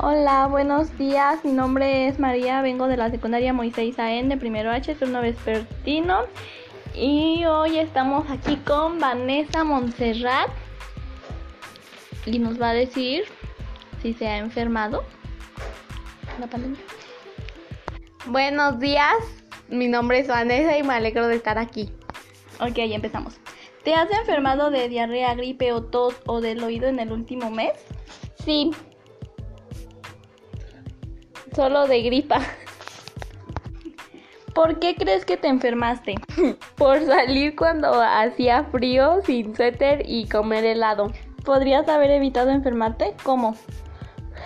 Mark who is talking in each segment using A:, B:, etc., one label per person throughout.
A: Hola, buenos días. Mi nombre es María, vengo de la secundaria Moisés Aén de primero H, turno vespertino. Y hoy estamos aquí con Vanessa Montserrat y nos va a decir si se ha enfermado la pandemia.
B: Buenos días, mi nombre es Vanessa y me alegro de estar aquí.
A: Ok, ya empezamos. ¿Te has enfermado de diarrea, gripe o tos o del oído en el último mes?
B: Sí. Solo de gripa.
A: ¿Por qué crees que te enfermaste?
B: Por salir cuando hacía frío sin suéter y comer helado.
A: ¿Podrías haber evitado enfermarte? ¿Cómo?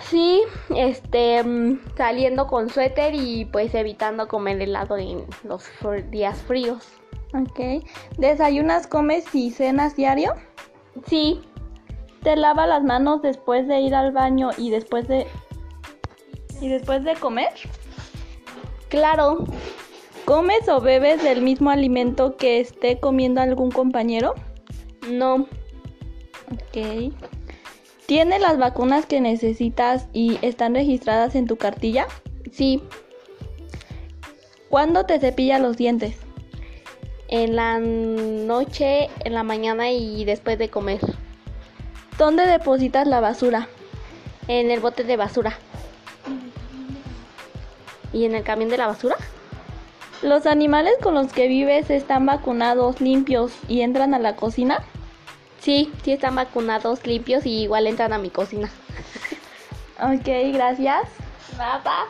B: Sí, este, mm, saliendo con suéter y pues evitando comer helado en los fr- días fríos.
A: Ok. ¿Desayunas, comes y cenas diario?
B: Sí,
A: ¿Te lava las manos después de ir al baño y después de y después de comer?
B: claro,
A: ¿Comes o bebes del mismo alimento que esté comiendo algún compañero?
B: no,
A: Ok. ¿Tienes las vacunas que necesitas y están registradas en tu cartilla?
B: sí,
A: ¿Cuándo te cepillas los dientes?
B: en la noche, en la mañana y después de comer.
A: ¿Dónde depositas la basura?
B: En el bote de basura. ¿Y en el camión de la basura?
A: ¿Los animales con los que vives están vacunados, limpios y entran a la cocina?
B: Sí, sí están vacunados, limpios y igual entran a mi cocina.
A: Ok, gracias.
B: Papá.